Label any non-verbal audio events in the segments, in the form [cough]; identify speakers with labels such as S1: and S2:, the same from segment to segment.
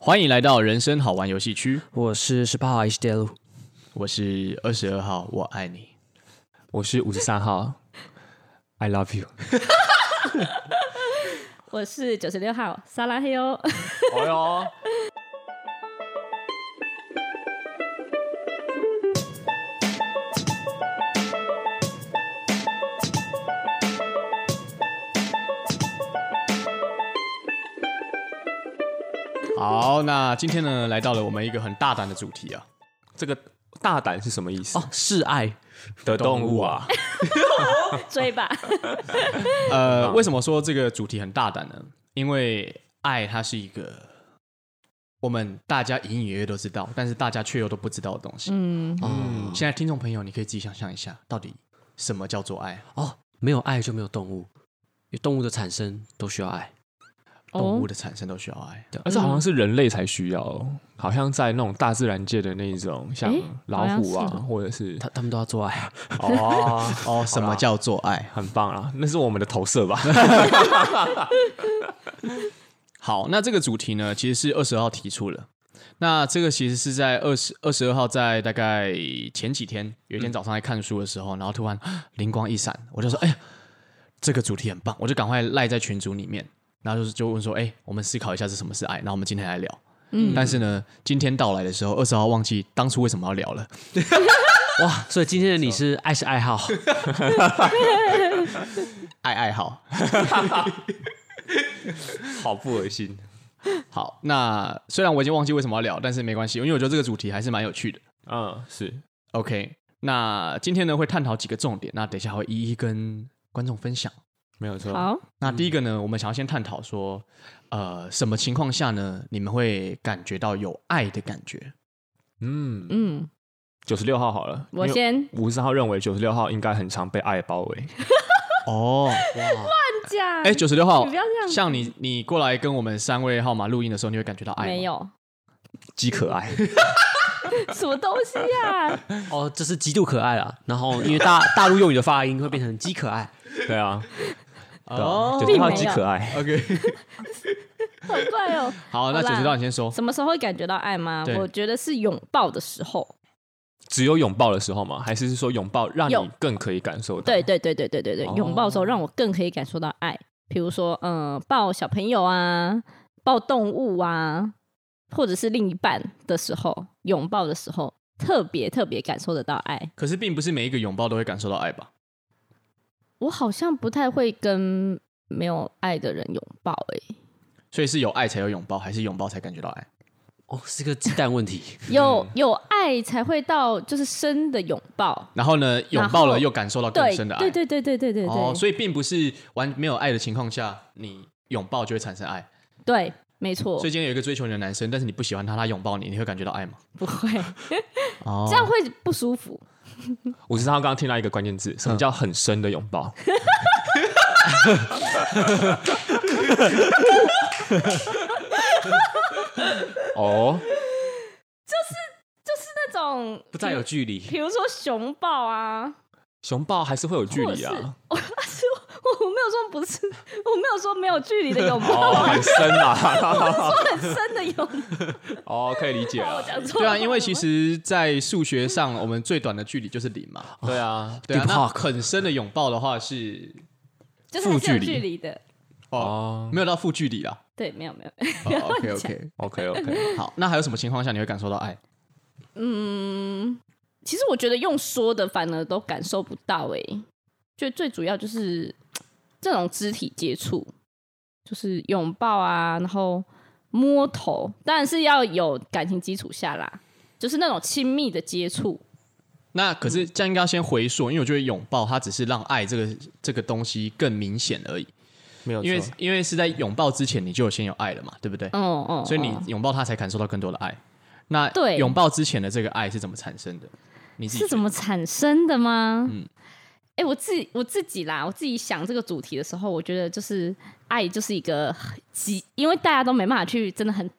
S1: 欢迎来到人生好玩游戏区，
S2: 我是十八号 H D L，
S1: 我是二十二号，我爱你。
S3: 我是五十三号，I love you。
S4: 我是九十六号沙拉
S1: [laughs]
S4: 黑哦。
S3: 哎呦，
S1: 好，那今天呢，来到了我们一个很大胆的主题啊，
S3: 这个大胆是什么意思？
S2: 哦，示爱，
S3: 的动物啊，
S1: [laughs]
S4: 追吧，
S1: 呃，为什么说这个主题很大胆呢？因为爱它是一个我们大家隐隐约约都知道，但是大家却又都不知道的东西。
S4: 嗯，
S1: 嗯，现在听众朋友，你可以自己想象一下，到底什么叫做爱？
S2: 哦，没有爱就没有动物，因为动物的产生都需要爱。
S1: 动物
S4: 哦，
S1: 的产生都需要爱。
S3: 而且好
S4: 嗯
S3: 像是人类才需要哦，好像在那种大自然界的那种，像
S4: 诶
S3: 老虎
S4: 好
S3: 啊
S4: 像是，哦
S3: 或者是
S2: 他他们都要做爱
S3: [laughs]
S2: 啊，
S3: 哦
S1: 哦，什么叫做爱？
S3: 很棒啊，那是我们的投射吧？
S4: [laughs]
S1: 好，那这个主题呢，其实是二十号提出了。那这个其实是在二十二十二号，在大概前几天，有一天早上在看书的时候，然后突然啊灵光一闪，我就说：“哎呀，这个主题很棒！”我就赶快赖在群组里面，然后就是就问说：“哎，我们思考一下是什么是爱？”然后我们今天来聊。嗯，但是呢，今天到来的时候，二十号忘记当初为什么要聊了。
S2: 哇！所以今天的你是爱是爱
S3: [laughs]
S2: 好，
S1: 爱爱好，
S3: 好不恶心，
S1: 好，那虽然我已经忘记为什么要聊，但是没关系，因为我觉得这个主题还是蛮有趣的。
S3: 嗯，是
S1: OK，那今天呢会探讨几个重点，那等一下会一一跟观众分享。
S3: 没有错。
S4: 好，
S1: 那第一个
S4: 嗯
S1: 呢，我们想要先探讨说，呃，什么情况下呢，你们会感觉到有爱的感觉？
S3: 嗯，
S4: 嗯，
S3: 九十六号好了，
S4: 我先
S3: 五十三号认为九十六号应该很常被爱包
S4: [laughs]
S3: 围。
S1: 哦，
S4: 讲，
S1: 哎，九十六号
S4: 你不，要这样，
S1: 像你你过来跟我们三位号码录音的时候，你会感觉到爱吗
S4: 没？有
S3: 鸡可爱，
S4: 什么东西
S1: [laughs]
S4: 啊呀、
S2: 哦，这是极度可爱啦。然后因为
S3: [laughs]
S2: 大大陆用语的发音会变成鸡可爱，
S3: 对啊，
S1: 哦
S3: 九十号
S4: 并没
S3: 鸡
S4: 有
S3: 可爱，
S1: OK，
S4: 好怪哦。
S1: 好，那
S4: 好
S1: 九
S4: 啦
S1: 十六你先说。
S4: 什么时候会感觉到爱吗
S1: 对？
S4: 我觉得是拥抱的时候。
S3: 只有拥抱的时候吗？还是说拥抱让
S4: 有
S3: 你更可以感受到？
S4: 对对对对对对对
S3: 哦，
S4: 拥抱的时候让我更可以感受到爱。比如说，嗯、抱小朋友啊，抱动物啊，或者是另一半的时候，拥抱的时候，特别特别感受得到爱。
S1: 可是并不是每一个拥抱都会感受到爱吧？
S4: 我好像不太会跟没有爱的人拥抱、欸，
S1: 所以是有爱才有拥抱，还是拥抱才感觉到爱？
S2: 哦，是个鸡蛋问
S3: [laughs]
S2: 题。
S1: 嗯
S4: 有有爱才会到就是深的拥抱。
S1: 然后呢，拥抱了又感受到哦更
S4: 对
S1: 深的爱。
S4: 对对对对对对对，
S1: 哦，所以并不是完没有爱的情况下，你拥抱就会产生爱。
S4: 对，没错
S1: 所以，今天有一个追求你的男生，但是你不喜欢他，他拥抱你，你会感觉到爱吗？
S4: 不会
S1: [laughs] 哦
S4: 这样会不舒服。
S3: 五十三号刚刚听到一个关键字，什么叫很深的拥抱？ [laughs] 哦，
S4: 那种
S2: 不再有距离，
S4: 比如说熊抱啊，
S3: 熊抱还是会有距离啊，
S4: [laughs] 我是我没有说不是，我没有说没有距离的拥抱，
S3: 哦，很深啊，
S4: 我很深的拥抱，
S3: 哦，可以理解
S4: 我
S3: 了，
S4: 讲错
S1: [laughs] 对
S4: 了。
S1: 啊，因为其实，在数学上，我们最短的距离就是零嘛。
S4: 哦
S3: 对啊，
S1: 对啊，
S2: Deep
S1: 那
S2: Park
S1: 很深的拥抱的话是
S4: 就是还是
S3: 负距
S4: 有
S3: 离
S4: 距离的，
S1: 哦，
S3: 哦
S1: 没有到负距离
S4: [laughs]
S1: 啦。
S4: 对，没有没有，
S1: 哦
S4: [laughs]
S1: OK OK，
S3: ，OK OK，
S1: 好，那还有什么情况下你会感受到爱？
S4: 其实我觉得用说的反而都感受不到诶、就最主要就是这种肢体接触，就是拥抱啊，然后摸头，当然是要有感情基础下啦，就是那种亲密的接触。
S1: 那可是这样应该要先回溯，因为我觉得拥抱它只是让爱这个这个东西更明显而已，
S3: 没
S4: 哦
S3: 有错，
S1: 因为因为是在拥抱之前你就有先有爱了嘛，对不对？
S4: 嗯嗯，
S1: 所以你
S4: 嗯
S1: 拥抱他才感受到更多的爱。那
S4: 对
S1: 拥
S3: 哦
S1: 抱之前的这个爱是怎么产生的？你自己
S4: 是怎
S1: 么？
S4: 么产生的吗？嗯，哎、我自己我自己啦，我自己想这个主题的时候，我觉得就是爱就是一个极，因为大家都没办法去真的很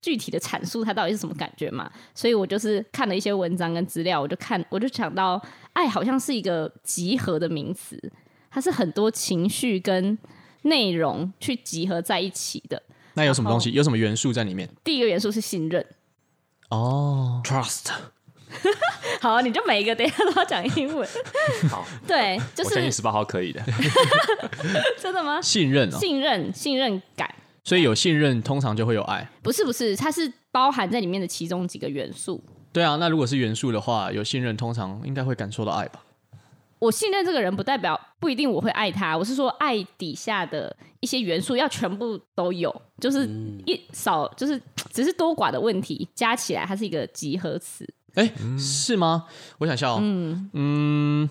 S4: 具体的阐述它到底是什么感觉嘛，所以我就是看了一些文章跟资料，我就看我就想到爱好像是一个集合的名词，它是很多情绪跟内容去集合在一起的。
S1: 那有什么东
S4: 哦
S1: 西？有什么元素在里面？
S4: 第一个元素是信任。 [laughs]
S1: 哦，
S2: trust
S4: 好、啊，你就每一个等一下都要讲英文。
S3: 好，
S4: 对，就
S3: 我相信
S4: 是
S3: 十八号可以的。
S4: 真的吗？
S1: 信任哦，
S4: 信任、信任感，
S1: 所以有信任通常就会有爱。
S4: 不是不是，它是包含在里面的其中几个元素。
S1: 对啊，那如果是元素的话，有信任通常应该会感受到爱吧？
S4: 我信任这个人，不代表不一定我会爱他。我是说，爱底下的一些元素要全部都有，就是
S1: 嗯
S4: 一少，就是只是多寡的问题，加起来它是一个集合词。
S1: 哎、是吗？我想笑、哦，嗯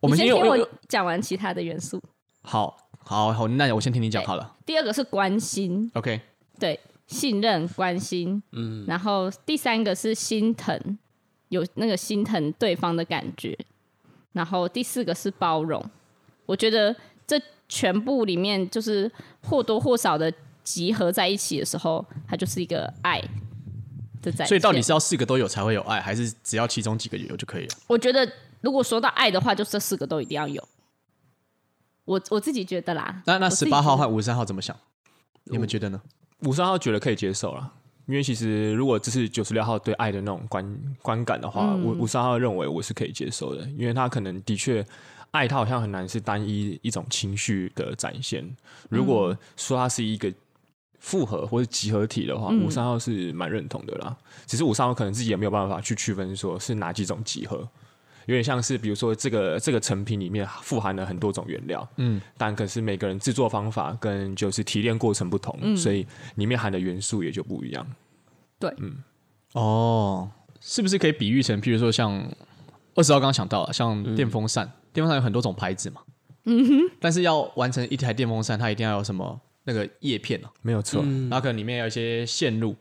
S1: 我
S4: 你
S1: 们
S4: 先
S1: 也
S4: 听
S1: 有
S4: 我讲完其他的元素。
S1: 好好好，那我先听你讲好了。
S4: 第二个是关心，
S1: OK，
S4: 对，信任、关心，嗯，然后第三个是心疼，有那个心疼对方的感觉，然后第四个是包容。我觉得这全部里面就是或多或少的集合在一起的时候，它就是一个爱的展现。
S1: 所以到底是要四个都有才会有爱，还是只要其中几个有就可以了？
S4: 我觉得，如果说到爱的话，就这四个都一定要有。我我自己觉得啦，
S1: 那那
S4: 我自
S1: 十
S4: 己
S1: 八号
S4: 觉
S1: 和
S4: 得
S1: 五十三号怎么想？你们觉得呢？
S3: 五三号觉得可以接受了，因为其实如果这是九十六号对爱的那种观观感的话，我五三号认为我是可以接受的，因为他可能的确爱他好像很难是单一一种情绪的展现。如果说它是一个复合或者集合体的话，五三号是蛮认同的啦。只是五三号可能自己也没有办法去区分说是哪几种集合。有点像是，比如说这个这个成品里面富含了很多种原料，嗯，但可是每个人制作方法跟就是提炼过程不同，所以里面含的元素也就不一样。
S1: 哦，是不是可以比喻成，譬如说像二十号刚刚想到了，像电风扇，电风扇有很多种牌子嘛，嗯嗯哼，但是要完成一台电风扇，它一定要有什么那个叶片哦、
S3: 没有错，
S1: 然后可能里面有一些线路，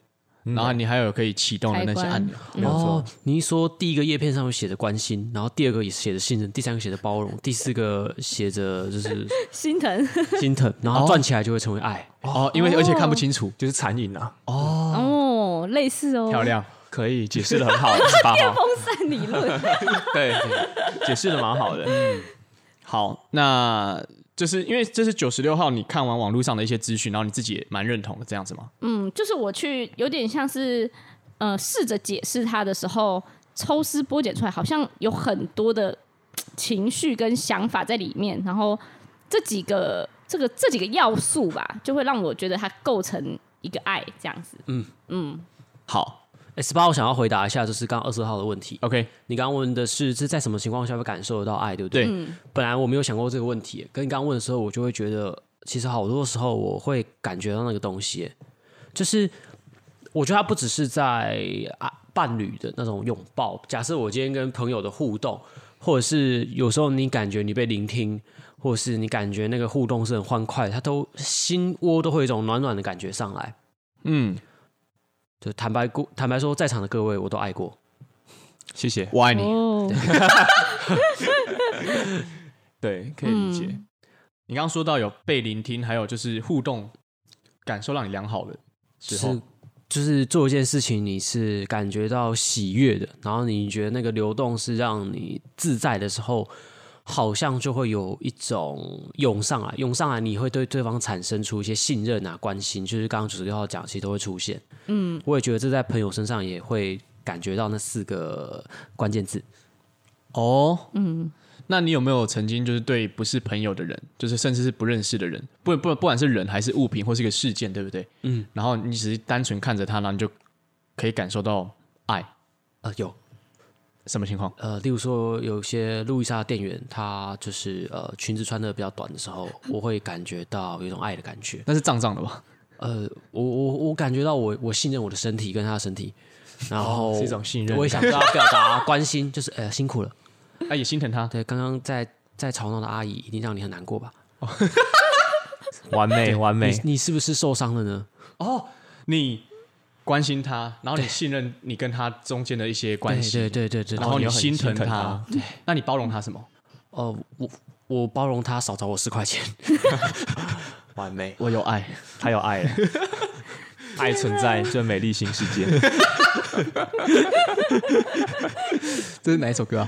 S1: 然后你还有可以启动的那些
S4: 开关
S1: 按钮。
S3: 没有错。
S2: 哦，你一说第一个叶片上面写着关心，然后第二个也写着信任，第三个写着包容，第四个写着就是
S4: 心疼
S2: 心疼，然
S3: 哦
S2: 后转起来就会成为爱。
S1: 哦，因为而且看不清楚，
S3: 就是残影啊，
S4: 哦，类似哦，
S1: 漂亮。
S3: 可以解释的
S1: [laughs]
S3: 很好，十八号，
S4: 风扇理论。
S3: 对，解释的蛮好的。
S1: 好，那就是因为这是九十六号，你看完网络上的一些资讯，然后你自己也蛮认同的，这样子吗？
S4: 嗯，就是我去有点像是呃试着解释它的时候，抽丝剥茧出来，好像有很多的嘖情绪跟想法在里面，然后这几个这个这几个要素吧，就会让我觉得它构成一个爱这样子。
S1: 好
S2: 哎十八，我想要回答一下，就是刚刚二十号的问题。
S1: ，OK，
S2: 你刚刚问的是是在什么情况下会感受得到爱，对不对？
S1: 对
S2: 本来我没有想过这个问题，跟你刚刚问的时候，我就会觉得，其实好多时候我会感觉到那个东西，就是我觉得它不只是在啊伴侣的那种拥抱，假设我今天跟朋友的互动，或者是有时候你感觉你被聆听，或者是你感觉那个互动是很欢快的，它都心窝都会有一种暖暖的感觉上来。
S1: 嗯，
S2: 就坦白过，坦白说，在场的各位我都爱过。
S3: 谢谢。
S1: 我爱你。
S4: 哦，
S3: 对，可以理解。
S1: 你刚刚说到有被聆听，还有就是互动感受让你良好的时候
S2: 是，就是做一件事情，你是感觉到喜悦的，然后你觉得那个流动是让你自在的时候，好像就会有一种涌上来，涌上来，你会对对方产生出一些信任啊、关心，就是刚刚主持人要讲，其实都会出现。嗯，我也觉得这在朋友身上也会感觉到那四个关键字。
S1: 哦，嗯，那你有没有曾经就是对不是朋友的人，就是甚至是不认识的人，不不不管是人还是物品或是一个事件，对不对？嗯，然后你只是单纯看着他，然后你就可以感受到爱，
S2: 呃，有
S1: 什么情况？
S2: 呃，例如说有些路易莎店员，她就是呃裙子穿的比较短的时候，我会感觉到有一种爱的感觉。
S1: 那是胀胀的吧？
S2: 呃，我我我感觉到我我信任我的身体跟他的身体，然后、
S1: 是一种信任
S2: 我也想跟他表 [laughs] 达关心，就是呃辛苦了，
S1: 哎、也心疼他，
S2: 对，刚刚在在吵闹的阿姨一定让你很难过吧？
S3: 完美，完美
S2: 你你是不是受伤了呢？
S1: 你关心他，然后你信任你跟他中间的一些关系，
S2: 对对对对对，
S1: 然后你
S2: 哦
S3: 很
S1: 心疼
S3: 心疼他
S1: 对，那你包容他什么？
S2: 呃我。我包容他少找我四块钱，
S3: 完美，
S1: 我有爱，
S3: 他有爱了，爱存在这美丽新世界。
S1: [laughs] 这是哪一首歌啊？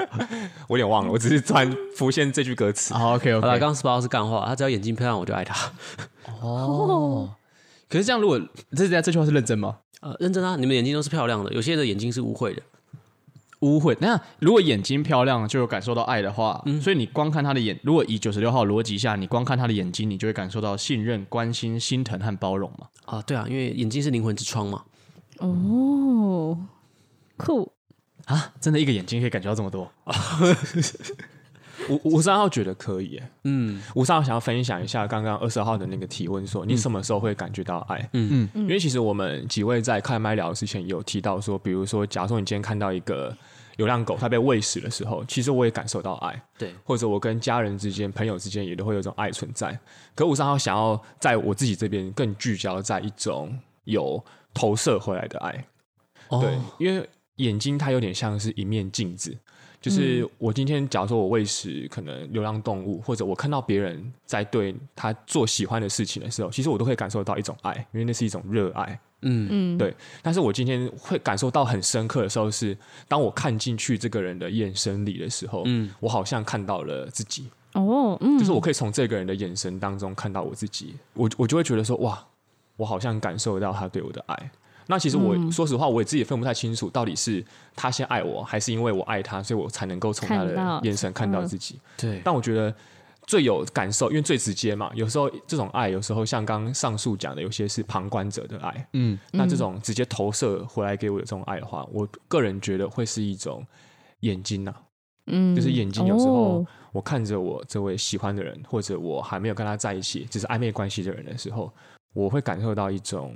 S3: 我有点忘了，我只是突然浮现这句歌词。
S1: [laughs] 好，OK
S2: [laughs] 好了，
S1: OK，
S2: 刚刚十八号是干话，他只要眼睛漂亮我就爱他。
S1: 哦，可是这样，如果这这这句话是认真吗？
S2: [laughs] 呃，认真啊，你们眼睛都是漂亮的，有些人的眼睛是污秽的。
S1: 污秽。那如果眼睛漂亮就有感受到爱的话，所以你光看他的眼，如果以九十六号逻辑下，你光看他的眼睛，你就会感受到信任、关心、心疼和包容嘛。
S2: 啊，对啊，因为眼睛是灵魂之窗嘛。
S4: 嗯哦，酷，
S1: 啊，真的一个眼睛可以感觉到这么多？
S3: 五五十三号觉得可以、欸，嗯，五十三号想要分享一下刚刚二十号的那个提问说，你什么时候会感觉到爱？嗯嗯，因为其实我们几位在开麦聊之前也有提到说，比如说，假如说你今天看到一个流浪狗，它被喂食的时候，其实我也感受到爱，
S2: 对，
S3: 或者我跟家人之间、朋友之间也都会有一种爱存在。可五十三号想要在我自己这边更聚焦在一种有投射回来的爱，
S2: 哦
S3: 对，因为眼睛它有点像是一面镜子，就是
S2: 嗯
S3: 我今天假如说我喂食可能流浪动物，或者我看到别人在对他做喜欢的事情的时候，其实我都可以感受到一种爱，因为那是一种热爱。
S2: 嗯，
S4: 嗯，
S3: 对，但是我今天会感受到很深刻的时候是，当我看进去这个人的眼神里的时候，嗯，我好像看到了自己，
S4: 哦，嗯，
S3: 就是我可以从这个人的眼神当中看到我自己，我我就会觉得说，哇，我好像感受到他对我的爱。那其实我、
S4: 嗯
S3: 说实话，我也自己也分不太清楚，到底是他先爱我，还是因为我爱他，所以我才能够从他
S4: 看到嗯
S3: 的眼神看到自己。
S2: 对，
S3: 但我觉得最有感受，因为最直接嘛。有时候这种爱，有时候像刚刚上述讲的，有些是旁观者的爱。
S1: 嗯，
S3: 那这种直接投射回来给我的这种爱的话，我个人觉得会是一种眼睛啊呐、
S4: 嗯，
S3: 就是眼睛有时候
S4: 哦
S3: 我看着我这位喜欢的人，或者我还没有跟他在一起，只是暧昧关系的人的时候，我会感受到一种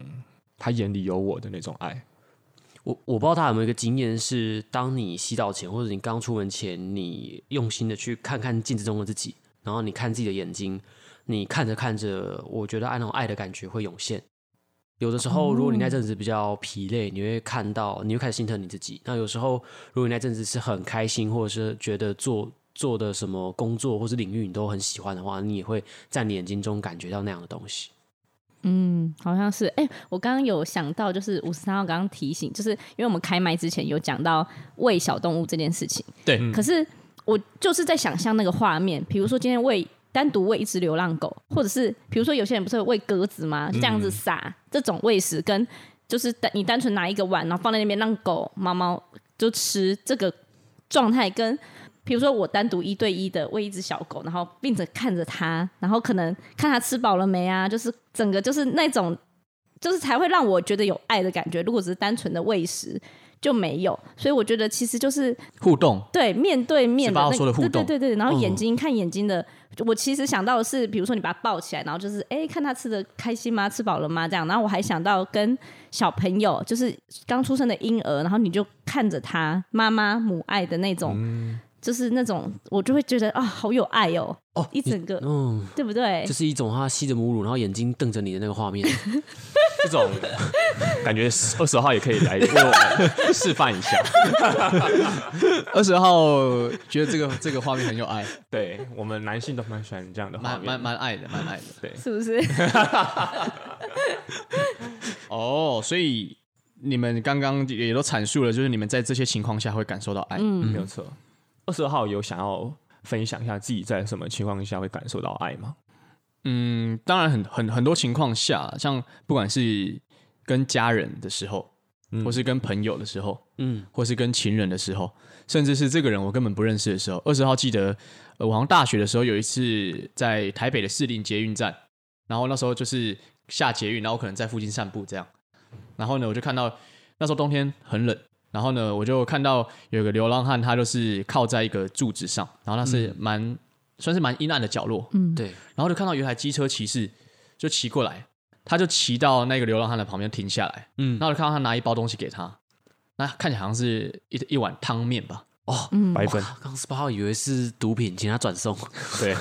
S3: 他眼里有我的那种爱。
S2: 我我不知道大家有没有一个经验是，当你洗澡前或者你刚出门前，你用心的去看看镜子中的自己，然后你看自己的眼睛，你看着看着，我觉得那种爱的感觉会涌现。有的时候，如果你那阵子比较疲累，你会看到，你会开始心疼你自己。那有时候，如果你那阵子是很开心，或者是觉得做做的什么工作或是领域你都很喜欢的话，你也会在你眼睛中感觉到那样的东西。
S4: 嗯，好像是。哎、我刚刚有想到，就是五十三号刚刚提醒，就是因为我们开麦之前有讲到喂小动物这件事情。
S1: 对
S3: 嗯
S4: 可是我就是在想象那个画面，比如说今天喂单独喂一只流浪狗，或者是比如说有些人不是会喂鸽子吗？就这样子撒、这种喂食，跟就是单你单纯拿一个碗，然后放在那边让狗猫猫就吃这个状态跟。比如说，我单独一对一的喂一只小狗，然后并着看着它，然后可能看它吃饱了没啊，就是整个就是那种，就是才会让我觉得有爱的感觉。如果只是单纯的喂食就没有，所以我觉得其实就是
S1: 互动，
S4: 对面对面的、那
S1: 18号说的互动
S4: 对对对对，然后眼睛、看眼睛的，我其实想到的是，比如说你把它抱起来，然后就是哎、诶看他吃的开心吗？吃饱了吗？这样，然后我还想到跟小朋友，就是刚出生的婴儿，然后你就看着他妈妈母爱的那种，就是那种我就会觉得啊、好有爱哦，
S2: 哦
S4: 一整个
S2: 嗯，
S4: 对不对
S2: 就？是一种他吸着母乳，然后眼睛瞪着你的那个画面。
S3: 这种 [laughs] 感觉，二十号也可以来为我们示范一
S1: [laughs]
S3: 下。
S1: 二十号觉得这个这 [laughs] 个画面很有爱，
S3: 对我们男性都蛮喜欢这样的画
S1: 蛮蛮
S3: 面。
S1: 蛮爱的，蛮爱的。
S4: 是不是？
S1: 哦，所以你们刚刚也都阐述了，就是你们在这些情况下会感受到爱。
S3: 没有错。二十号有想要分享一下自己在什么情况下会感受到爱吗？
S1: 嗯，当然很很很多情况下，像不管是跟家人的时候，
S3: 嗯
S1: 或是跟朋友的时候，
S2: 嗯，
S1: 或是跟情人的时候，甚至是这个人我根本不认识的时候。二十号记得，呃，我好像大学的时候有一次在台北的士林捷运站，然后那时候就是下捷运，然后我可能在附近散步这样，然后呢我就看到那时候冬天很冷，然后呢我就看到有一个流浪汉，他就是靠在一个柱子上，然后那是蛮、算是蛮阴暗的角落，
S2: 对，
S1: 然后就看到有一台机车骑士就骑过来，他就骑到那个流浪汉的旁边停下来，嗯，然后就看到他拿一包东西给他，那看起来好像是一一碗汤面吧，
S2: 哦，
S1: 嗯
S3: 白分
S2: 刚刚十八号以为是毒品，请他转送。
S1: [laughs]
S3: 对，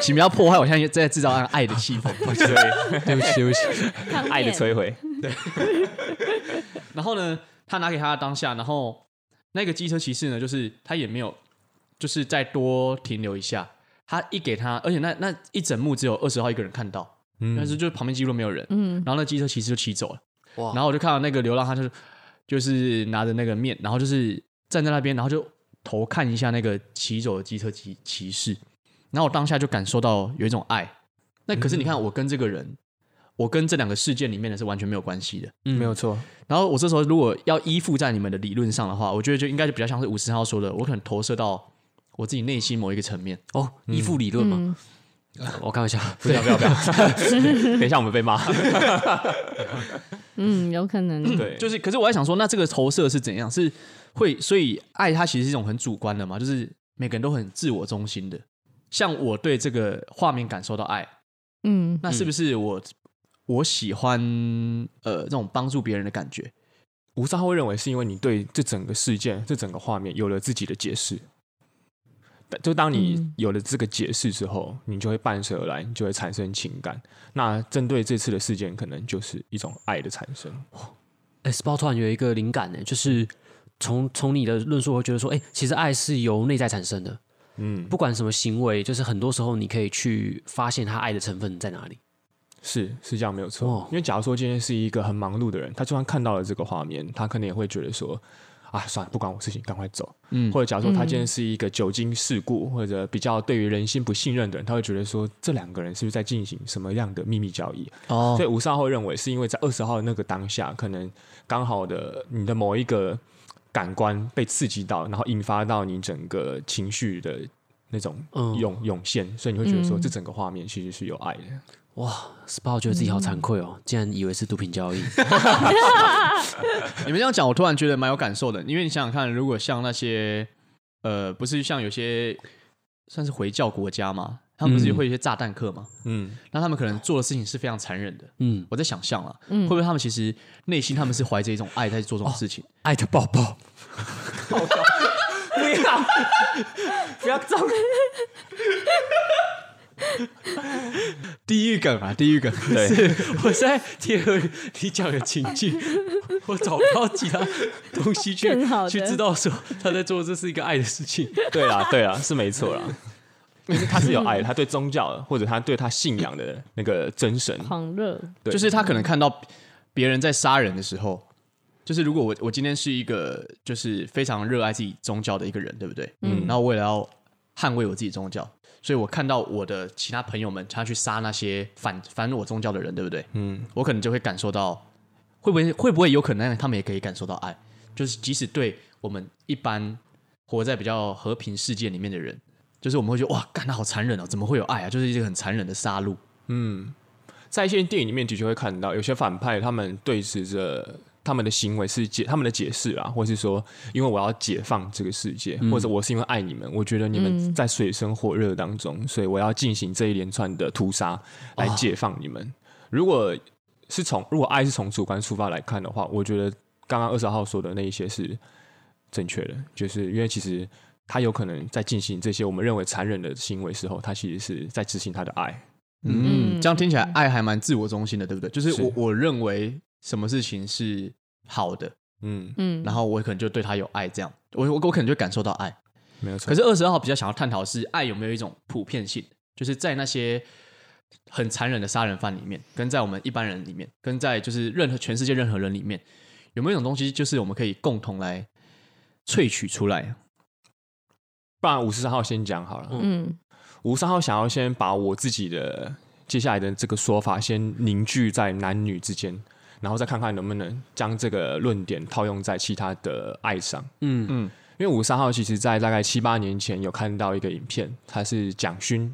S1: 请不要破坏我现在在制造那个爱的气氛， [laughs]
S3: 对不起，对不起，
S4: 看
S3: 爱的
S4: 面 [laughs]
S3: 摧毁。
S1: 然后呢，他拿给他的当下，然后那个机车骑士呢，就是他也没有，就是再多停留一下。他一给他，而且那那一整幕只有二十号一个人看到，
S3: 嗯
S1: 但是就是旁边几乎都没有人。嗯，然后那机车骑士就骑走了。
S3: 哦
S2: 哇
S1: 然后我就看到那个流浪汉，就是就是拿着那个面，然后就是站在那边，然后就头看一下那个骑走的机车骑骑士。然后我当下就感受到有一种爱，那可是你看，我跟这个人，我跟这两个事件里面的是完全没有关系的。
S3: 嗯没有错，
S1: 然后我这时候如果要依附在你们的理论上的话，我觉得就应该就比较像是五十号说的，我可能投射到我自己内心某一个层面。
S2: 哦，依附理论嘛，
S4: 嗯，
S2: 我开玩笑，
S3: 不要不要不要，等一下我们
S1: [laughs]
S3: 被骂。
S4: 嗯，有可能。
S3: 对，
S1: 就是，可是我在想说，那这个投射是怎样？是会，所以爱它其实是一种很主观的嘛，就是每个人都很自我中心的。像我对这个画面感受到爱，
S4: 嗯，
S1: 那是不是我、我喜欢呃这种帮助别人的感觉？ [laughs]
S3: 吴三会认为是因为你对这整个事件、这整个画面有了自己的解释。但就当你
S4: 嗯
S3: 有了这个解释之后，你就会伴随而来，你就会产生情感。那针对这次的事件，可能就是一种爱的产生。
S2: [laughs] 哎、s p o t 突然有一个灵感呢、就是从从你的论述，我会觉得说，哎、其实爱是由内在产生的，
S3: 嗯，
S2: 不管什么行为，就是很多时候你可以去发现他爱的成分在哪里。
S3: 是是这样没有错。
S2: 哦
S3: 因为假如说今天是一个很忙碌的人，他就算看到了这个画面，他可能也会觉得说。啊，算了，不管我事情，赶快走。
S1: 嗯
S3: 或者假如说他今天是一个酒精事故，或者比较对于人心不信任的人，他会觉得说这两个人是不是在进行什么样的秘密交易？
S1: 哦
S3: 所以五十号会认为是因为在二十号的那个当下，可能刚好的你的某一个感官被刺激到，然后引发到你整个情绪的那种
S2: 嗯
S3: 涌、涌现，所以你会觉得说
S4: 嗯
S3: 这整个画面其实是有爱的。
S2: 哇 s p o t 觉得自己好惭愧哦，竟然以为是毒品交易。
S1: 你们这样讲，我突然觉得蛮有感受的，因为你想想看，如果像那些呃，不是像有些算是回教国家嘛，他们不是
S2: 嗯
S1: 会有一些炸弹客嘛？
S3: 嗯，
S1: 那他们可能做的事情是非常残忍的。
S2: 嗯，
S1: 我在想象啊，
S4: 嗯哦
S1: 会不会他们其实内心他们是怀着一种爱在做这种事情？
S2: 爱的抱抱，
S3: 不要不
S2: [laughs]
S3: 要照
S1: 地狱梗啊，地狱梗！
S3: 对，
S2: [laughs] 我在贴合你讲的情境，我找不到其他东西去
S4: 更好的
S2: 去知道说他在做这是一个爱的事
S3: [laughs]
S2: 情。
S3: 对啦，对啦，是没错啦。因为他是有爱的，他对宗教的或者他对他信仰的那个真神，
S4: 狂热，
S3: 对
S1: 就是他可能看到别人在杀人的时候，就是如果我我今天是一个就是非常热爱自己宗教的一个人，对不对？嗯，然后为了要捍卫我自己宗教，所以我看到我的其他朋友们他去杀那些反反我宗教的人，对不对？嗯，我可能就会感受到，会不会会不会有可能他们也可以感受到爱？就是即使对我们一般活在比较和平世界里面的人。就是我们会觉得哇，干他好残忍哦，怎么会有爱啊？就是一个很残忍的杀戮。
S3: 在一些电影里面的确会看到，有些反派他们对峙着他们的行为是解他们的解释啊，或是说，因为我要解放这个世界，或者我是因为爱你们，我觉得你们在水深火热当中，所以我要进行这一连串的屠杀来解放你们。如果是从如果爱是从主观出发来看的话，我觉得刚刚二十号说的那一些是正确的，就是因为其实。他有可能在进行这些我们认为残忍的行为时候，他其实是在执行他的爱。
S1: 嗯，
S4: 嗯
S1: 这样听起来爱还蛮自我中心的，对不对？就是
S3: 是
S1: 我我认为什么事情是好的，
S3: 嗯，
S4: 嗯，
S1: 然后我可能就对他有爱，这样我我我可能就感受到爱。
S3: 没有错。
S1: 可是二十号比较想要探讨的是爱有没有一种普遍性，就是在那些很残忍的杀人犯里面，跟在我们一般人里面，跟在就是任何全世界任何人里面，有没有一种东西就是我们可以共同来萃取出来？
S3: 不然五十三号先讲好了。
S4: 嗯
S3: 五十三号想要先把我自己的接下来的这个说法先凝聚在男女之间，然后再看看能不能将这个论点套用在其他的爱上。
S2: 嗯
S1: 嗯，
S3: 因为五十三号其实在大概七八年前有看到一个影片，他是蒋勋，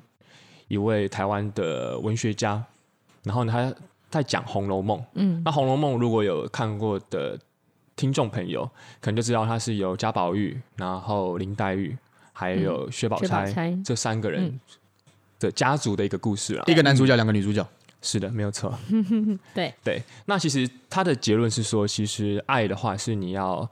S3: 一位台湾的文学家，然后呢他在讲《红楼梦》。
S4: 嗯
S3: 那《红楼梦》如果有看过的听众朋友，可能就知道它是由贾宝玉、然后林黛玉还有薛宝
S4: 薛宝
S3: 钗
S4: 钗
S3: 这三个人
S4: 嗯
S3: 的家族的一个故事啦。
S1: 一个男主角，两个女主角。
S3: 是的，没有错。
S4: 对，
S3: 对，那其实他的结论是说，其实爱的话是你要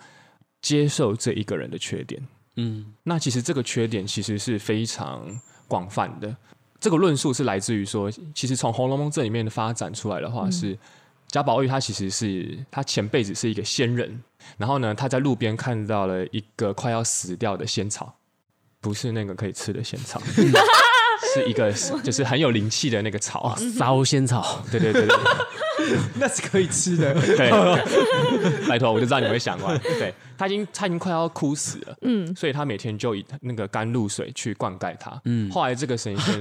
S3: 接受这一个人的缺点。
S2: 嗯，
S3: 那其实这个缺点其实是非常广泛的。这个论述是来自于说，其实从《红楼梦》这里面的发展出来的话是，贾宝玉他其实是他前辈子是一个仙人，然后呢，他在路边看到了一个快要死掉的仙草，不是那个可以吃的仙草，是一个就是很有灵气的那个草。
S2: 烧仙草，
S3: 对对对对，
S1: [laughs] 那是可以吃的。
S3: 对，拜托，我就知道你会想歪。对他已经他已经快要枯死了，
S4: 嗯，
S3: 所以他每天就以那个甘露水去灌溉它。
S2: 嗯
S3: 嗯，后来这个神仙，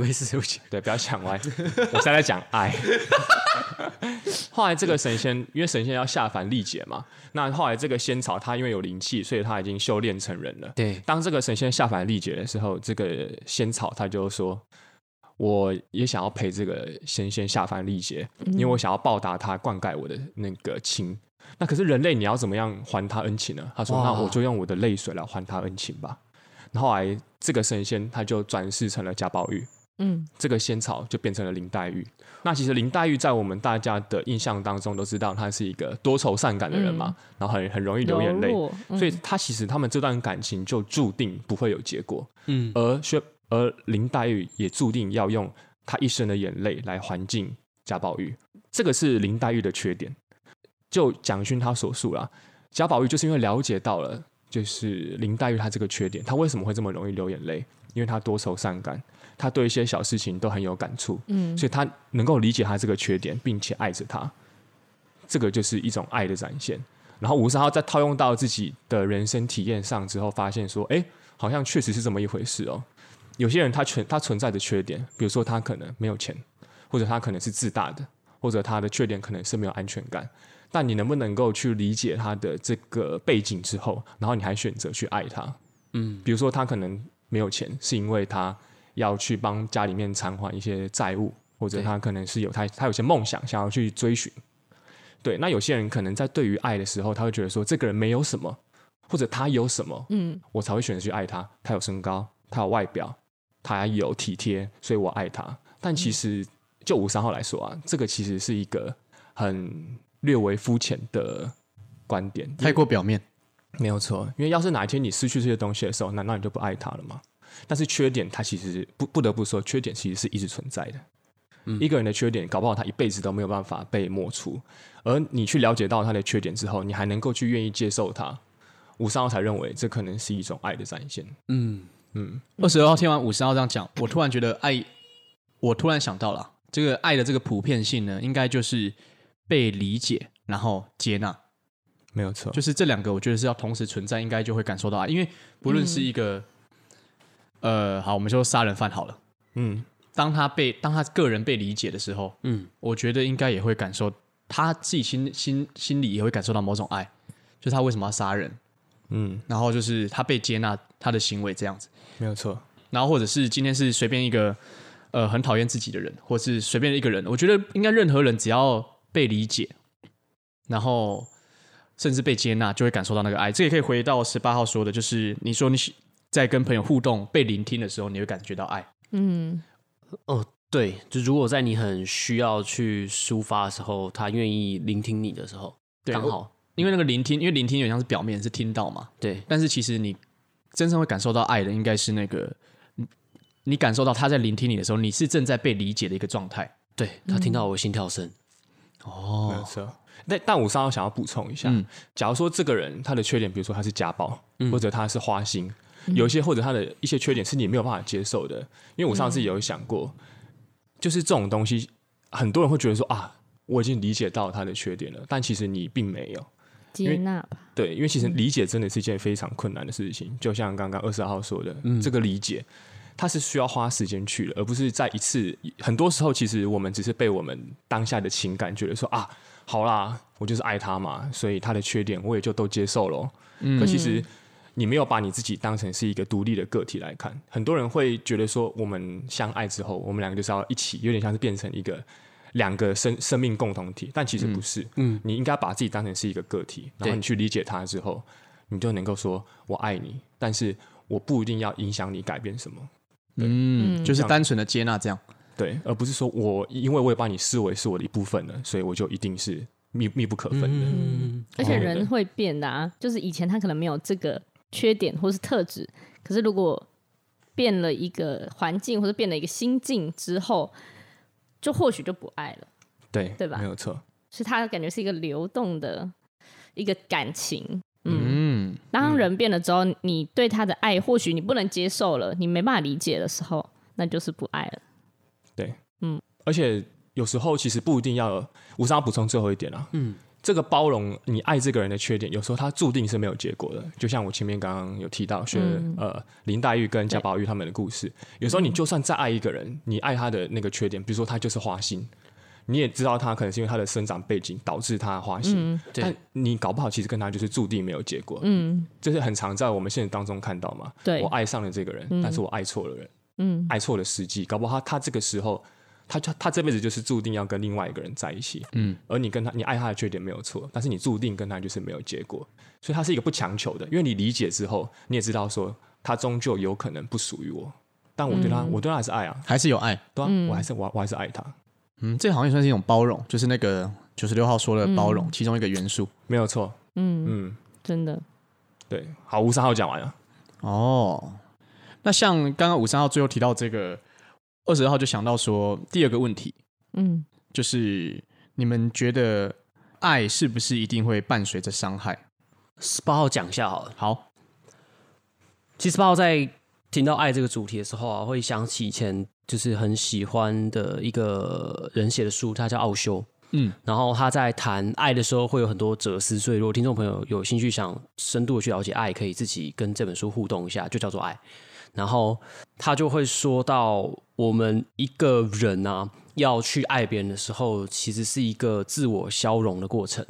S2: 没事，对不起。
S3: 对，不要想歪，我现在在讲爱。后来这个神仙，因为神仙要下凡历劫嘛，那后来这个仙草它因为有灵气，所以它已经修炼成人了。
S2: 对，
S3: 当这个神仙下凡历劫的时候，这个仙草他就说：“我也想要陪这个神仙下凡历劫，因为我想要报答他灌溉我的那个情。那可是人类，你要怎么样还他恩情呢？”他说：“
S2: 哇
S3: 那我就用我的泪水来还他恩情吧。”然后后来这个神仙他就转世成了贾宝玉，
S4: 嗯，
S3: 这个仙草就变成了林黛玉。那其实林黛玉在我们大家的印象当中都知道，她是一个多愁善感的人嘛，然后很很容易流眼泪。
S4: 柔弱嗯
S3: 所以他其实他们这段感情就注定不会有结果，
S1: 嗯，
S3: 而薛而林黛玉也注定要用她一生的眼泪来还敬贾宝玉，这个是林黛玉的缺点。就蒋勋他所述啦，贾宝玉就是因为了解到了就是林黛玉她这个缺点，她为什么会这么容易流眼泪？因为她多愁善感，她对一些小事情都很有感触，
S4: 嗯
S3: 所以他能够理解他这个缺点，并且爱着他，这个就是一种爱的展现。然后五十号在套用到自己的人生体验上之后，发现说，哎，好像确实是这么一回事哦。有些人他存他存在的缺点，比如说他可能没有钱，或者他可能是自大的，或者他的缺点可能是没有安全感。但你能不能够去理解他的这个背景之后，然后你还选择去爱他？嗯，比如说他可能没有钱，是因为他要去帮家里面偿还一些债务，或者
S2: 对
S3: 他可能是有他他有些梦想想要去追寻。对，那有些人可能在对于爱的时候，他会觉得说这个人没有什么，或者他有什么，
S4: 嗯
S3: 我才会选择去爱他。他有身高，他有外表，他有体贴，所以我爱他。但其实就五三号来说啊，这个其实是一个很略微肤浅的观点，
S1: 太过表面。
S3: 没有错，因为要是哪一天你失去这些东西的时候，难道你就不爱他了吗？但是缺点，它其实不不得不说，缺点其实是一直存在的。一个人的缺点，搞不好他一辈子都没有办法被抹除。而你去了解到他的缺点之后，你还能够去愿意接受他，五三号才认为这可能是一种爱的展现。
S1: 二十二号听完五十号这样讲，我突然觉得爱，我突然想到了这个爱的这个普遍性呢，应该就是被理解，然后接纳，
S3: 没有错，
S1: 就是这两个，我觉得是要同时存在，应该就会感受到爱。因为不论是一个，呃，好，我们说杀人犯好了，
S3: 嗯，
S1: 当他被当他个人被理解的时候，嗯，我觉得应该也会感受他自己心心心里也会感受到某种爱，就是他为什么要杀人，
S3: 嗯，
S1: 然后就是他被接纳他的行为这样子。
S3: 没有错，
S1: 然后或者是今天是随便一个呃很讨厌自己的人，或是随便一个人，我觉得应该任何人只要被理解，然后甚至被接纳，就会感受到那个爱。这也可以回到十八号说的，就是你说你喜在跟朋友互动、被聆听的时候，你会感觉到爱。
S4: 嗯
S2: 哦，对，就如果在你很需要去抒发的时候，他愿意聆听你的时候，
S1: 对
S2: 刚
S1: 我
S2: 好，
S1: 因为那个聆听，因为聆听有点像是表面是听到嘛，
S2: 对，
S1: 但是其实你真正会感受到爱的，应该是那个你你感受到他在聆听你的时候，你是正在被理解的一个状态。
S2: 对他听到我心跳声，
S3: 没有错。但但五三号想要补充一下，
S1: 嗯
S3: 假如说这个人他的缺点，比如说他是家暴，或者他是花心，有一些或者他的一些缺点是你没有办法接受的。因为我上次也有想过，就是这种东西，很多人会觉得说啊，我已经理解到他的缺点了，但其实你并没有。
S4: 接纳吧，
S3: 对，因为其实理解真的是一件非常困难的事情，就像刚刚二十号说的，这个理解它是需要花时间去的，而不是在一次。很多时候，其实我们只是被我们当下的情感觉得说啊，好啦，我就是爱他嘛，所以他的缺点我也就都接受了。可其实你没有把你自己当成是一个独立的个体来看，很多人会觉得说，我们相爱之后，我们两个就是要一起，有点像是变成一个。两个生生命共同体，但其实不是。嗯，你应该把自己当成是一个个体，然后
S2: 对
S3: 你去理解他之后，你就能够说“我爱你”，但是我不一定要影响你改变什么，
S1: 嗯，就是单纯的接纳这样。
S3: 对，而不是说我因为我也把你视为是我的一部分了，所以我就一定是密密不可分的。
S2: 嗯
S4: 而且
S3: 哦对
S4: 人会变的啊，就是以前他可能没有这个缺点或是特质，可是如果变了一个环境或者变了一个心境之后，就或许就不爱了。
S3: 对，
S4: 对吧
S3: 没有错，
S4: 所以他感觉是一个流动的一个感情。嗯，
S1: 嗯，
S4: 当人变了之后，你对他的爱，或许你不能接受了，你没办法理解的时候，那就是不爱了。
S3: 而且有时候其实不一定要有。我想要补充最后一点啊，
S1: 嗯
S3: 嗯，这个包容你爱这个人的缺点，有时候他注定是没有结果的。就像我前面刚刚有提到，学、
S4: 嗯
S3: 呃林黛玉跟贾宝玉他们的故事，有时候你就算再爱一个人，你爱他的那个缺点，比如说他就是花心。你也知道他可能是因为他的生长背景导致他花心，
S4: 嗯
S3: 但你搞不好其实跟他就是注定没有结果，
S4: 嗯
S3: 这是很常在我们现实当中看到嘛。
S4: 对
S3: 我爱上了这个人，但是我爱错了人，
S4: 嗯
S3: 爱错了时机，搞不好他他这个时候，他他他这辈子就是注定要跟另外一个人在一起，
S1: 嗯
S3: 嗯，而你跟他，你爱他的缺点没有错，但是你注定跟他就是没有结果，所以他是一个不强求的，因为你理解之后，你也知道说他终究有可能不属于我，但我对
S4: 嗯
S3: 他，我对他还是爱啊，
S1: 还是有爱。
S3: 对啊，我还是我我还是爱他，
S1: 嗯，这好像也算是一种包容，就是那个九十六号说的包容、其中一个元素。
S3: 没有错，
S4: 嗯，
S3: 嗯，
S4: 真的，
S3: 对，好，吴三号讲完了，
S1: 哦，那像刚刚五三号最后提到这个，二十号就想到说第二个问题，
S4: 嗯
S1: 就是你们觉得爱是不是一定会伴随着伤害？
S2: 八号讲一下好了。
S1: 好，
S2: 其实八号在听到爱这个主题的时候啊，会想起以前就是很喜欢的一个人写的书，他叫奥修。
S1: 嗯，
S2: 然后他在谈爱的时候会有很多哲思，所以如果听众朋友有兴趣想深度的去了解爱，可以自己跟这本书互动一下，就叫做爱。然后他就会说到，我们一个人啊要去爱别人的时候，其实是一个自我消融的过程，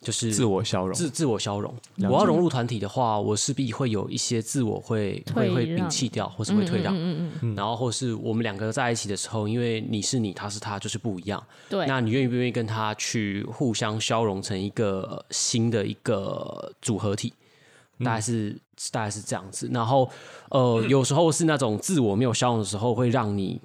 S2: 就是
S3: 自我消融，
S2: 自自我消融。我要融入团体的话，我势必会有一些自我会会
S4: 退
S2: 会摒
S4: 让
S2: 弃掉，或是会退让。
S4: 嗯嗯嗯，
S2: 然后或是我们两个在一起的时候，因为你是你，他是他，就是不一样。
S4: 对，
S2: 那你愿意不愿意跟他去互相消融成一个呃新的一个组合体？大概是、大概是这样子。然后呃，有时候是那种自我没有消融的时候，会让你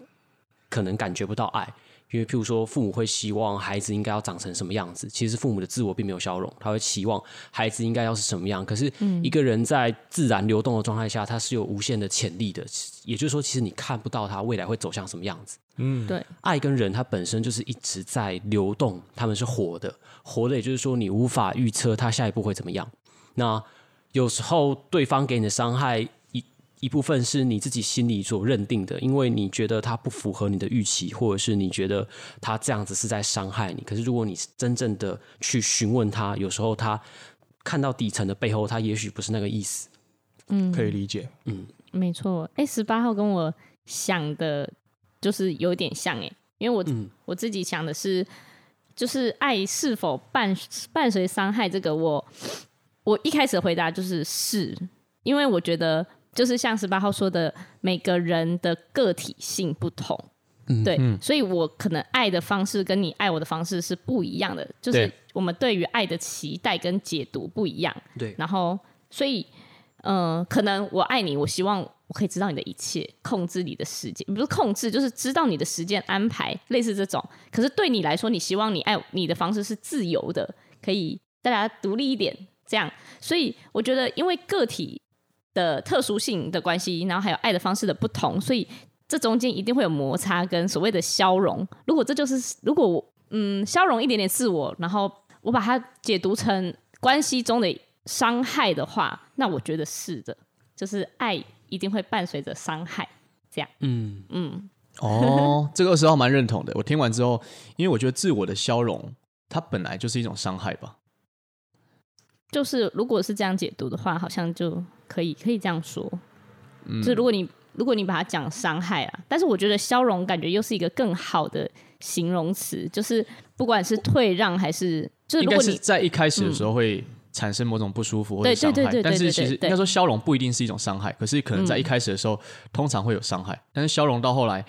S2: 可能感觉不到爱。因为譬如说，父母会希望孩子应该要长成什么样子，其实父母的自我并没有消融，他会期望孩子应该要是什么样。可是，一个人在自然流动的状态下，他是有无限的潜力的。也就是说，其实你看不到他未来会走向什么样子。
S3: 嗯，
S4: 对，
S2: 爱跟人，它本身就是一直在流动，他们是活的，活的，也就是说你无法预测他下一步会怎么样。那有时候对方给你的伤害一一部分是你自己心里所认定的，因为你觉得他不符合你的预期，或者是你觉得他这样子是在伤害你。可是如果你真正的去询问他，有时候他看到底层的背后，他也许不是那个意思。
S3: 可以理解，
S4: 没错，哎，十八号跟我想的，就是有点像哎，因为我、我自己想的是，就是爱是否伴伴随伤害这个我，我一开始的回答就是是，因为我觉得就是像十八号说的，每个人的个体性不同。对，所以我可能爱的方式跟你爱我的方式是不一样的，就是
S1: 对
S4: 我们对于爱的期待跟解读不一样。
S2: 对
S4: 然后所以，嗯，可能我爱你，我希望我可以知道你的一切，控制你的时间，不是控制，就是知道你的时间安排，类似这种。可是对你来说，你希望你爱你的方式是自由的，可以大家独立一点，这样。所以我觉得，因为个体的特殊性的关系，然后还有爱的方式的不同，所以这中间一定会有摩擦跟所谓的消融。如果这就是如果我嗯消融一点点自我，然后我把它解读成关系中的伤害的话，那我觉得是的，就是爱一定会伴随着伤害。
S2: 嗯，
S4: 嗯，
S1: 哦，这个二十号蛮认同的。我听完之后，因为我觉得自我的消融，它本来就是一种伤害吧。
S4: 就是如果是这样解读的话，好像就可以可以这样说。嗯，就是如果你如果你把它讲伤害啊，但是我觉得消融感觉又是一个更好的形容词，就是不管是退让还是就是
S1: 应
S4: 如
S1: 该
S4: 果
S1: 是
S4: 你嗯
S1: 在一开始的时候会产生某种不舒服或者
S4: 对
S1: 伤
S4: 对对
S1: 害
S4: 对，对
S1: 但是
S4: 对
S1: 其
S4: 对
S1: 实应
S4: 对嗯
S1: 该说消融不一定是一种伤害，可是可能在一开始的时候通常会有伤害，但是消融到后来，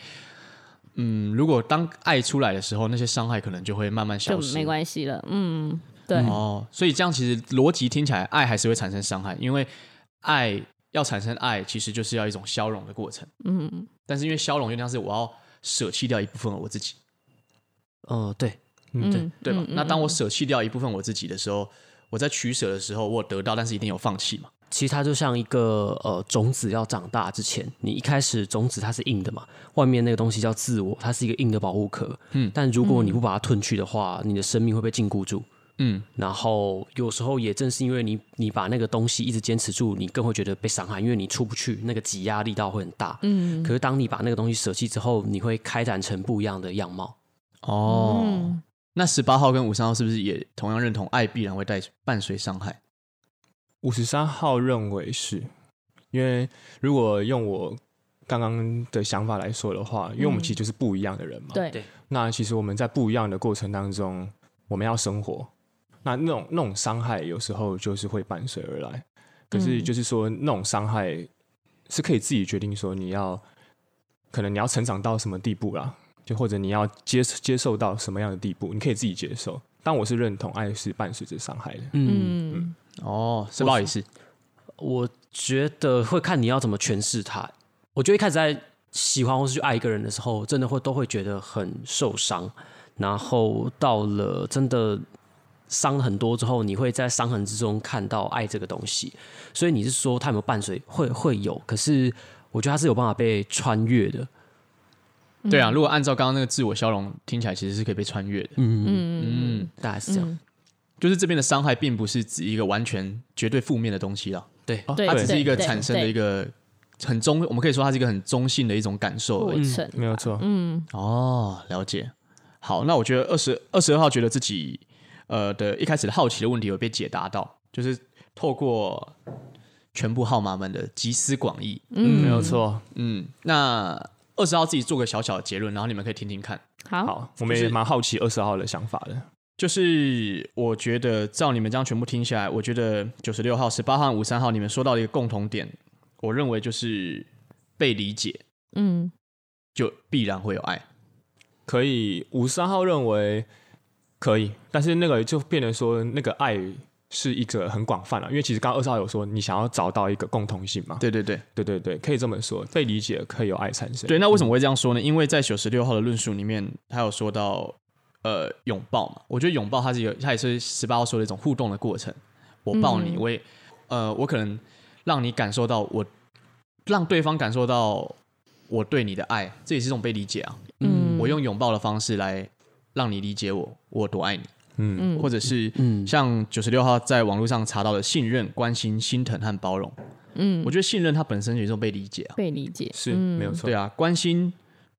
S1: 嗯，如果当爱出来的时候，那些伤害可能就会慢慢消
S4: 就
S1: 失
S4: 没。关系了。嗯，对，
S1: 哦，所以这样其实逻辑听起来，爱还是会产生伤害，因为爱要产生爱，其实就是要一种消融的过程。
S4: 嗯，
S1: 但是因为消融就像是我要舍弃掉一部分我自己，
S2: 哦、对，
S4: 嗯，
S2: 对
S4: 嗯
S1: 对吧？
S4: 嗯
S1: 那当
S4: 嗯
S1: 我舍弃掉一部分我自己的时候，我在取舍的时候，我有得到，但是一定有放弃嘛。
S2: 其实它就像一个呃种子要长大之前，你一开始种子它是硬的嘛，外面那个东西叫自我，它是一个硬的保护壳。嗯，但如果你不把它吞去的话，你的生命会被禁锢住，
S1: 嗯，
S2: 然后有时候也正是因为你你把那个东西一直坚持住，你更会觉得被伤害，因为你出不去，那个挤压力道会很大。嗯，可是当你把那个东西舍弃之后，你会开展成不一样的样貌。
S1: 哦，
S4: 嗯
S1: 那十八号跟五三号是不是也同样认同爱必然会带伴随伤害？
S3: 五十三号认为是，因为如果用我刚刚的想法来说的话，因为我们
S4: 嗯
S3: 其实就是不一样的人嘛。
S1: 哦
S4: 对
S2: 对
S3: 那其实我们在不一样的过程当中，我们要生活。那那种那种伤害，有时候就是会伴随而来。可是
S4: 嗯
S3: 就是说，那种伤害是可以自己决定说你要，可能你要成长到什么地步啦，就或者你要接接受到什么样的地步，你可以自己接受。但我是认同爱是伴随着伤害的。
S4: 嗯
S1: 哦，十八号也是，
S2: 我觉得会看你要怎么诠释它。我觉得一开始在喜欢或是去爱一个人的时候，真的会都会觉得很受伤，然后到了真的伤很多之后，你会在伤痕之中看到爱这个东西。所以你是说它有没有伴随？会会有，可是我觉得它是有办法被穿越的。
S1: 对啊。如果按照刚刚那个自我消融，听起来其实是可以被穿越的。
S4: 嗯嗯
S2: 大概是这样。
S1: 就是这边的伤害并不是指一个完全绝对负面的东西啦，
S2: 对，
S3: 哦
S4: 对
S1: 它只是
S4: 对
S1: 一个
S4: 对
S1: 产生的
S4: 对
S1: 一个很中，我们可以说它是一个很中性的一种感受
S4: 过
S1: 而已。
S4: 程，
S3: 没有错，
S1: 哦，了解。好，那我觉得二十二十二号觉得自己呃的一开始的好奇的问题有被解答到，就是透过全部号码们的集思广益。
S3: 嗯，没有错。
S1: 嗯，那二十号自己做个小小的结论，然后你们可以听听看。
S4: 好，
S1: 哦
S3: 好，我们也蛮好奇二十号的想法的。
S1: 就是我觉得照你们这样全部听下来，我觉得九十六号、十八号、五三号，你们说到的一个共同点，我认为就是被理解，
S4: 嗯
S1: 就必然会有爱。
S3: 可以，五十三号认为可以，但是那个就变成说，那个爱是一个很广泛了，啊因为其实刚刚二十号有说，你想要找到一个共同性嘛？
S1: 对对对，
S3: 对对对，可以这么说，被理解可以有爱产生。
S1: 对，那为什么会这样说呢？因为在九十六号的论述里面，他有说到呃拥抱嘛，我觉得拥抱它是有，它也是十八号说的一种互动的过程。我抱你，
S4: 嗯
S1: 我也呃，我可能让你感受到我，让对方感受到我对你的爱，这也是一种被理解啊。
S4: 嗯，
S1: 我用拥抱的方式来让你理解我，我有多爱你，
S3: 嗯，
S1: 或者是
S2: 嗯
S1: 像九十六号在网络上查到的信任、关心、心疼和包容。
S4: 嗯
S1: 我觉得信任它本身也是一种被理解啊。
S4: 被理解，
S3: 是、
S4: 嗯
S3: 没有错。
S1: 对啊，关心，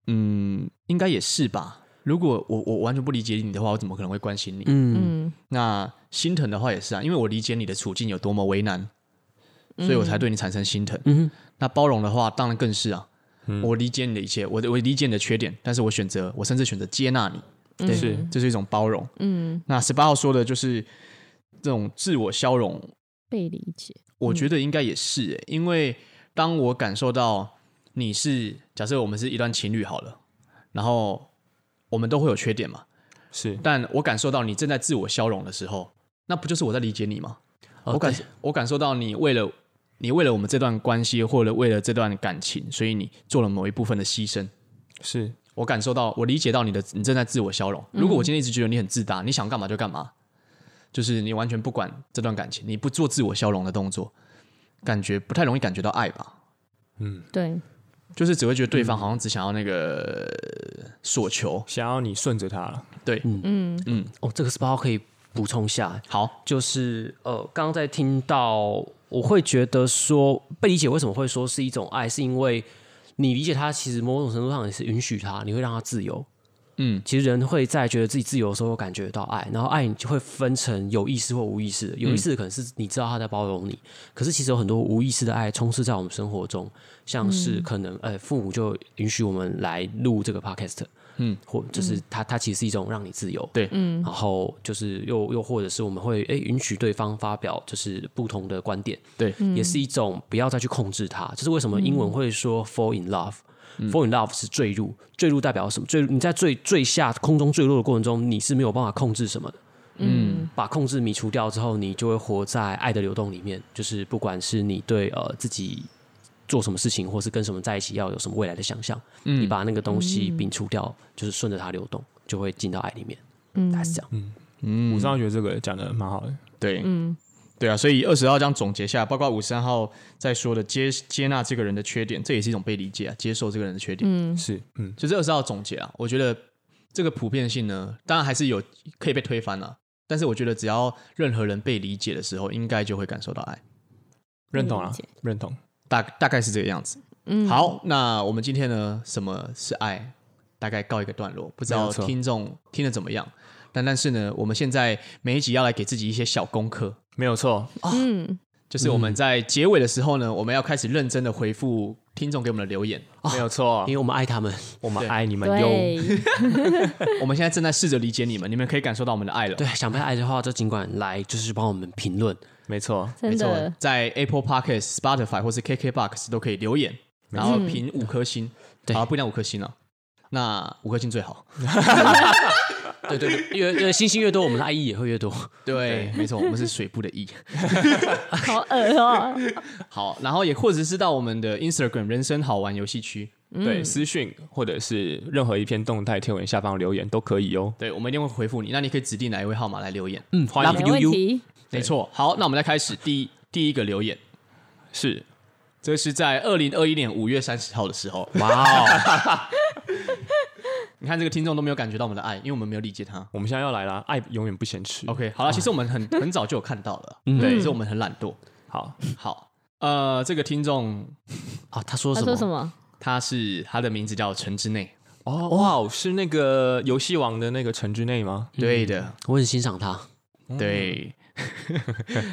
S1: 嗯，应该也是吧。如果我我完全不理解你的话，我怎么可能会关心你？
S2: 嗯，
S4: 嗯
S1: 那心疼的话也是啊，因为我理解你的处境有多么为难，所以我才对你产生心疼。
S2: 嗯
S1: 那包容的话，当然更是啊。我理解你的一切，我我理解你的缺点，但是我选择，我甚至选择接纳你，
S3: 对是
S1: 这是一种包容。
S4: 嗯，
S1: 那十八号说的就是这种自我消融，
S4: 被理解，
S1: 我
S2: 嗯
S1: 觉得应该也是欸、因为当我感受到你是假设我们是一段情侣好了，然后我们都会有缺点嘛，
S3: 是
S1: 但我感受到你正在自我消融的时候，那不就是我在理解你吗？
S2: 哦
S1: 我感
S2: 对
S1: 我感受到你为了你为了我们这段关系或者为了这段感情，所以你做了某一部分的牺牲。
S3: 是
S1: 我感受到，我理解到你的，你正在自我消融。如果我今天一直觉得你很自大，你想干嘛就干嘛，就是你完全不管这段感情，你不做自我消融的动作，感觉不太容易感觉到爱吧？
S4: 对，
S1: 就是只会觉得对方好像只想要那个呃所求。
S3: 想要你顺着他了。
S1: 对，
S4: 嗯
S2: 哦，这个十八号可以补充下，
S1: 好，
S2: 就是呃，刚刚在听到，我会觉得说被理解为什么会说是一种爱，是因为你理解他，其实某种程度上也是允许他，你会让他自由。
S1: 嗯，
S2: 其实人会在觉得自己自由的时候，会感觉到爱，然后爱你就会分成有意识或无意识
S1: 嗯
S2: 的。有意识的可能是你知道他在包容你，可是其实有很多无意识的爱充斥在我们生活中，像
S1: 嗯
S2: 是可能呃、父母就允许我们来录这个 podcast，
S1: 嗯，
S2: 或就是他他其实是一种让你自由，
S1: 对
S2: 嗯，然后就是又又或者是我们会诶允许对方发表就是不同的观点，
S1: 对，
S2: 也是一种不要再去控制它。就是为什么英文会说 fall in love。fall in love 是坠入，坠入代表什么？坠入你在坠坠下空中坠落的过程中，你是没有办法控制什么的。
S4: 嗯
S2: 把控制米除掉之后，你就会活在爱的流动里面。就是不管是你对呃自己做什么事情，或是跟什么在一起，要有什么未来的想象，你把那个东西摒除掉，就是顺着它流动，就会进到爱里面。嗯，大概是这样。
S1: 嗯
S3: 五十号觉得这个讲的蛮好的。
S1: 对，嗯，对啊，所以二十号这样总结下来，包括五十三号在说的接接纳这个人的缺点，这也是一种被理解啊，接受这个人的缺点。
S4: 嗯
S3: 是嗯，
S1: 就这二十号总结啊，我觉得这个普遍性呢，当然还是有可以被推翻了、但是我觉得只要任何人被理解的时候，应该就会感受到爱，
S3: 认同啊
S4: 理解，
S3: 认同。
S1: 大大概是这个样子。
S4: 嗯，
S1: 好，那我们今天呢，什么是爱，大概告一个段落，不知
S3: 没
S1: 道
S3: 有错
S1: 听众听的怎么样。但但是呢，我们现在每一集要来给自己一些小功课，
S3: 没有错，
S4: 嗯，
S1: 就是我们在结尾的时候呢，我们要开始认真的回复听众给我们的留言。
S3: 没有错
S2: 因，
S1: 嗯
S2: 为我们爱他们。
S3: 我们
S1: 对
S3: 爱你们哟。
S4: 对，
S1: 我们现在正在试着理解你们，你们可以感受到我们的爱了。
S2: 对，想被爱的话，就尽管来，就是帮我们评论。
S3: 没错，
S1: 没
S4: 真
S1: 错
S4: 的，，
S1: 在 Apple Podcast、Spotify 或是 KKBox 都可以留言，然后评五颗星，
S2: 对
S1: 啊，不一定要五颗星了、那五颗星最
S2: [laughs]
S1: 好。
S2: 对对对，越越星星越多，我们的爱意也会越多。
S1: 对，没错，我们是水部的 E。
S4: 好恶
S1: 啊
S4: 哦、
S1: [laughs] 好，然后也或者是到我们的 Instagram 人生好玩游戏区，
S3: 对，
S4: 嗯
S3: 私讯或者是任何一篇动态贴文下方留言都可以哦。
S1: 对我们一定会回复你。那你可以指定哪一位号码来留言。
S2: [laughs] 嗯，
S3: 欢迎
S4: 没问题，
S1: 没错。好，那我们再开始第一第一个留言，
S3: 是
S1: 这是在二零二一年五月三十号的时候。
S2: 哇哦，
S1: [laughs] 你看这个听众都没有感觉到我们的爱，因为我们没有理解他。
S3: 我们现在要来啦，爱永远不嫌迟。
S1: OK，好了，其实我们很很早就有看到了，
S2: 嗯
S1: 对，只是我们很懒惰。
S3: 好，
S1: 好，呃，这个听众
S2: 啊，他说
S4: 他
S2: 什么？
S4: 说什么？
S1: 他是他的名字叫陈之内，
S3: 哦，哇，是那个游戏王的那个陈之内吗？
S1: 对的，
S2: 我很欣赏他。
S1: 对。 [laughs]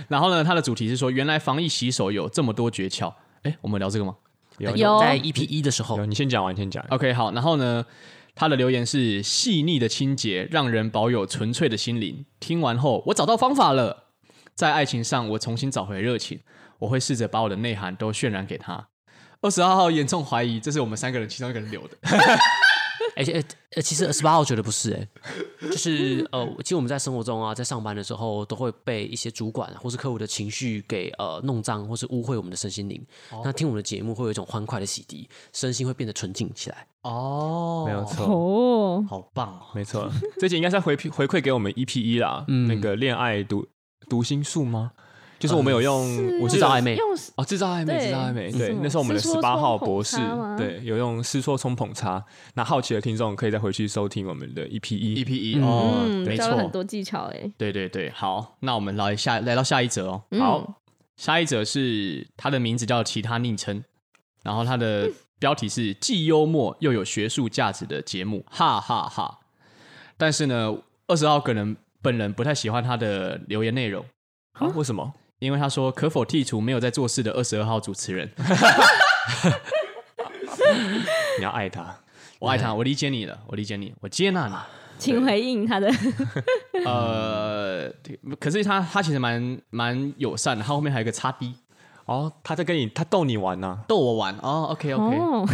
S1: 然后呢，他的主题是说，原来防疫洗手有这么多诀窍。哎，我们聊这个吗
S3: 有
S4: 有
S2: 哎在 EP 一的时候
S3: 有，，哦你先讲完，先讲。
S1: ？OK，好。然后呢，他的留言是细腻的清洁，让人保有纯粹的心灵。听完后，我找到方法了，在爱情上我重新找回热情，我会试着把我的内涵都渲染给他。二十二号严重怀疑这是我们三个人其中一个人留的。
S2: 而且呃，其实二十八号觉得不是哎、就是呃，其实我们在生活中啊，在上班的时候，都会被一些主管啊或是客户的情绪给呃弄脏，或是污秽我们的身心灵。那听我们的节目，会有一种欢快的洗涤，身心会变得纯净起来。
S1: 哦
S3: 没有错，
S4: 哦，
S1: 好棒哦！
S3: 没错。这集应该是要回回馈给我们 EP 一啦，那个恋爱读读心术吗？呃就是我们有
S1: 嗯
S3: 用，我
S2: 制
S3: 记
S2: 造
S3: 得
S2: 暧昧
S4: 用
S3: 哦，制造暧昧，
S4: 对
S3: 制造暧昧，
S4: 是
S3: 对
S4: 什，么
S3: 那是我们的
S4: 试
S3: 十
S4: 错
S3: 八号
S4: 冲
S3: 博
S4: 捧
S3: 士
S4: 擦吗，
S3: 对，有用试错冲捧茶。那好奇的听众可以再回去收听我们的 EP E 一
S1: EP 一、
S2: 嗯
S1: 哦，
S4: 嗯，
S1: 没
S4: 教了很
S1: 错，
S4: 多技巧哎、
S1: 对对对，好，那我们来下来到下一则哦，
S4: 嗯
S1: 好，下一则是他的名字叫其他昵称，然后他的标题是既幽默又有学术价值的节目，哈哈哈但是呢，二十号可能本人不太喜欢他的留言内容，
S3: 啊？为什么？
S1: 因为他说可否剔除没有在做事的二十二号主持人？
S3: 你要爱他，
S1: 我爱他，我理解你了，我理解你，我接纳你。
S4: 请回应他的，
S1: 呃，可是他他其实蛮蛮友善的，他后面还有一个叉 B
S3: 哦，他在跟你，他逗你玩啊呢、
S1: 逗我玩哦，OK OK，、
S4: [laughs] 哦，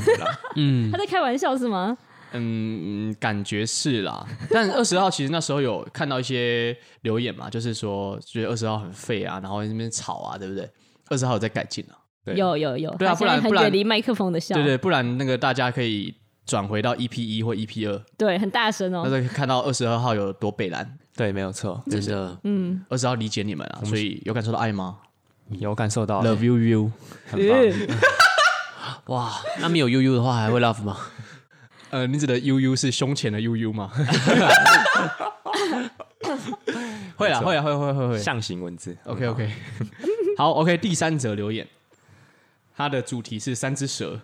S2: 嗯
S4: 他，在开玩笑是吗？
S1: 嗯，感觉是啦。但二十号其实那时候有看到一些留言嘛，就是说觉得二十号很废啊，然后在那边吵啊，对不对？二十号有在改进啊，
S3: 对
S4: 有有有，
S1: 对啊
S4: 他现
S1: 不
S4: 在
S1: 然
S4: 很
S1: 不然
S4: 远离麦克风的笑，
S1: 对对，不然那个大家可以转回到 EP 一或 EP 二，
S4: 对很大声
S1: 那
S4: 哦，
S1: 就可以看到二十二号有多北蓝。
S3: 对，没有错，
S2: 真的，
S4: 嗯，
S1: 二十号理解你们啊，所以有感受到爱吗
S3: 有感受到
S1: ？Love you you，
S3: 很棒。
S2: 哇，那没有悠悠的话，还会 love 吗？
S1: 呃，你指的 you you 是胸前的 you you 吗？ [laughs] 会啦，会啊啦，会会会会。
S3: 象形文字嗯
S1: OK OK，好 OK，第三则留言，它的主题是三只蛇，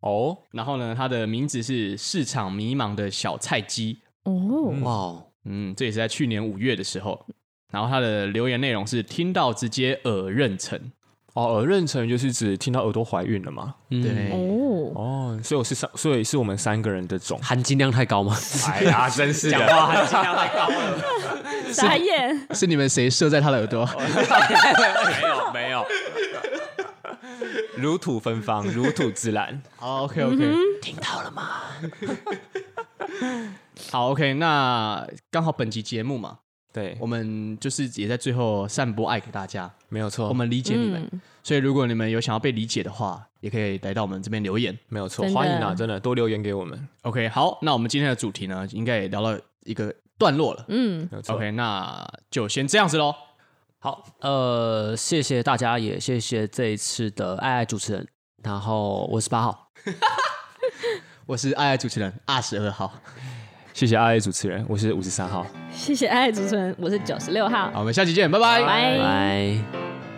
S3: 哦，
S1: 然后呢，它的名字是市场迷茫的小菜鸡，
S4: 哦，
S2: 哇哦，
S1: 嗯，这也是在去年五月的时候，然后它的留言内容是听到直接耳认成，
S3: 哦，耳妊娠就是指听到耳朵怀孕了嘛？
S2: 嗯。
S1: 对，
S4: 哦，
S3: 哦，所以我是三，所以是我们三个人的种
S2: 含金量太高吗？
S3: [laughs] 哎呀，真是的，
S4: 傻眼，
S1: 是你们谁射在他的耳朵？
S3: 没有没有，如土芬芳，如土自然。
S1: 好 OK OK，
S2: 听到了吗？
S1: [laughs] 好 OK，那刚好本集节目嘛，
S3: 对，
S1: 我们就是也在最后散播爱给大家，
S3: 没有错，
S1: 我们理解你们，
S4: 嗯
S1: 所以如果你们有想要被理解的话，也可以来到我们这边留言。
S3: 没有错，
S4: 真的
S3: 欢迎啊，真的多留言给我们，
S1: OK，好，那我们今天的主题呢，应该也聊到一个段落了。
S4: 嗯，
S3: 没有错。
S1: OK，那就先这样子喽。
S2: 好， [laughs] 呃，谢谢大家，也谢谢这一次的爱爱主持人。然后我是八号，
S1: 我是爱爱主持人二十二号，
S3: 谢谢阿 A 主持人，我是五十三号。
S4: 谢谢爱主持人，我是九十六号，哎
S1: 好，我们下期见，拜拜。
S4: 拜。
S2: 拜。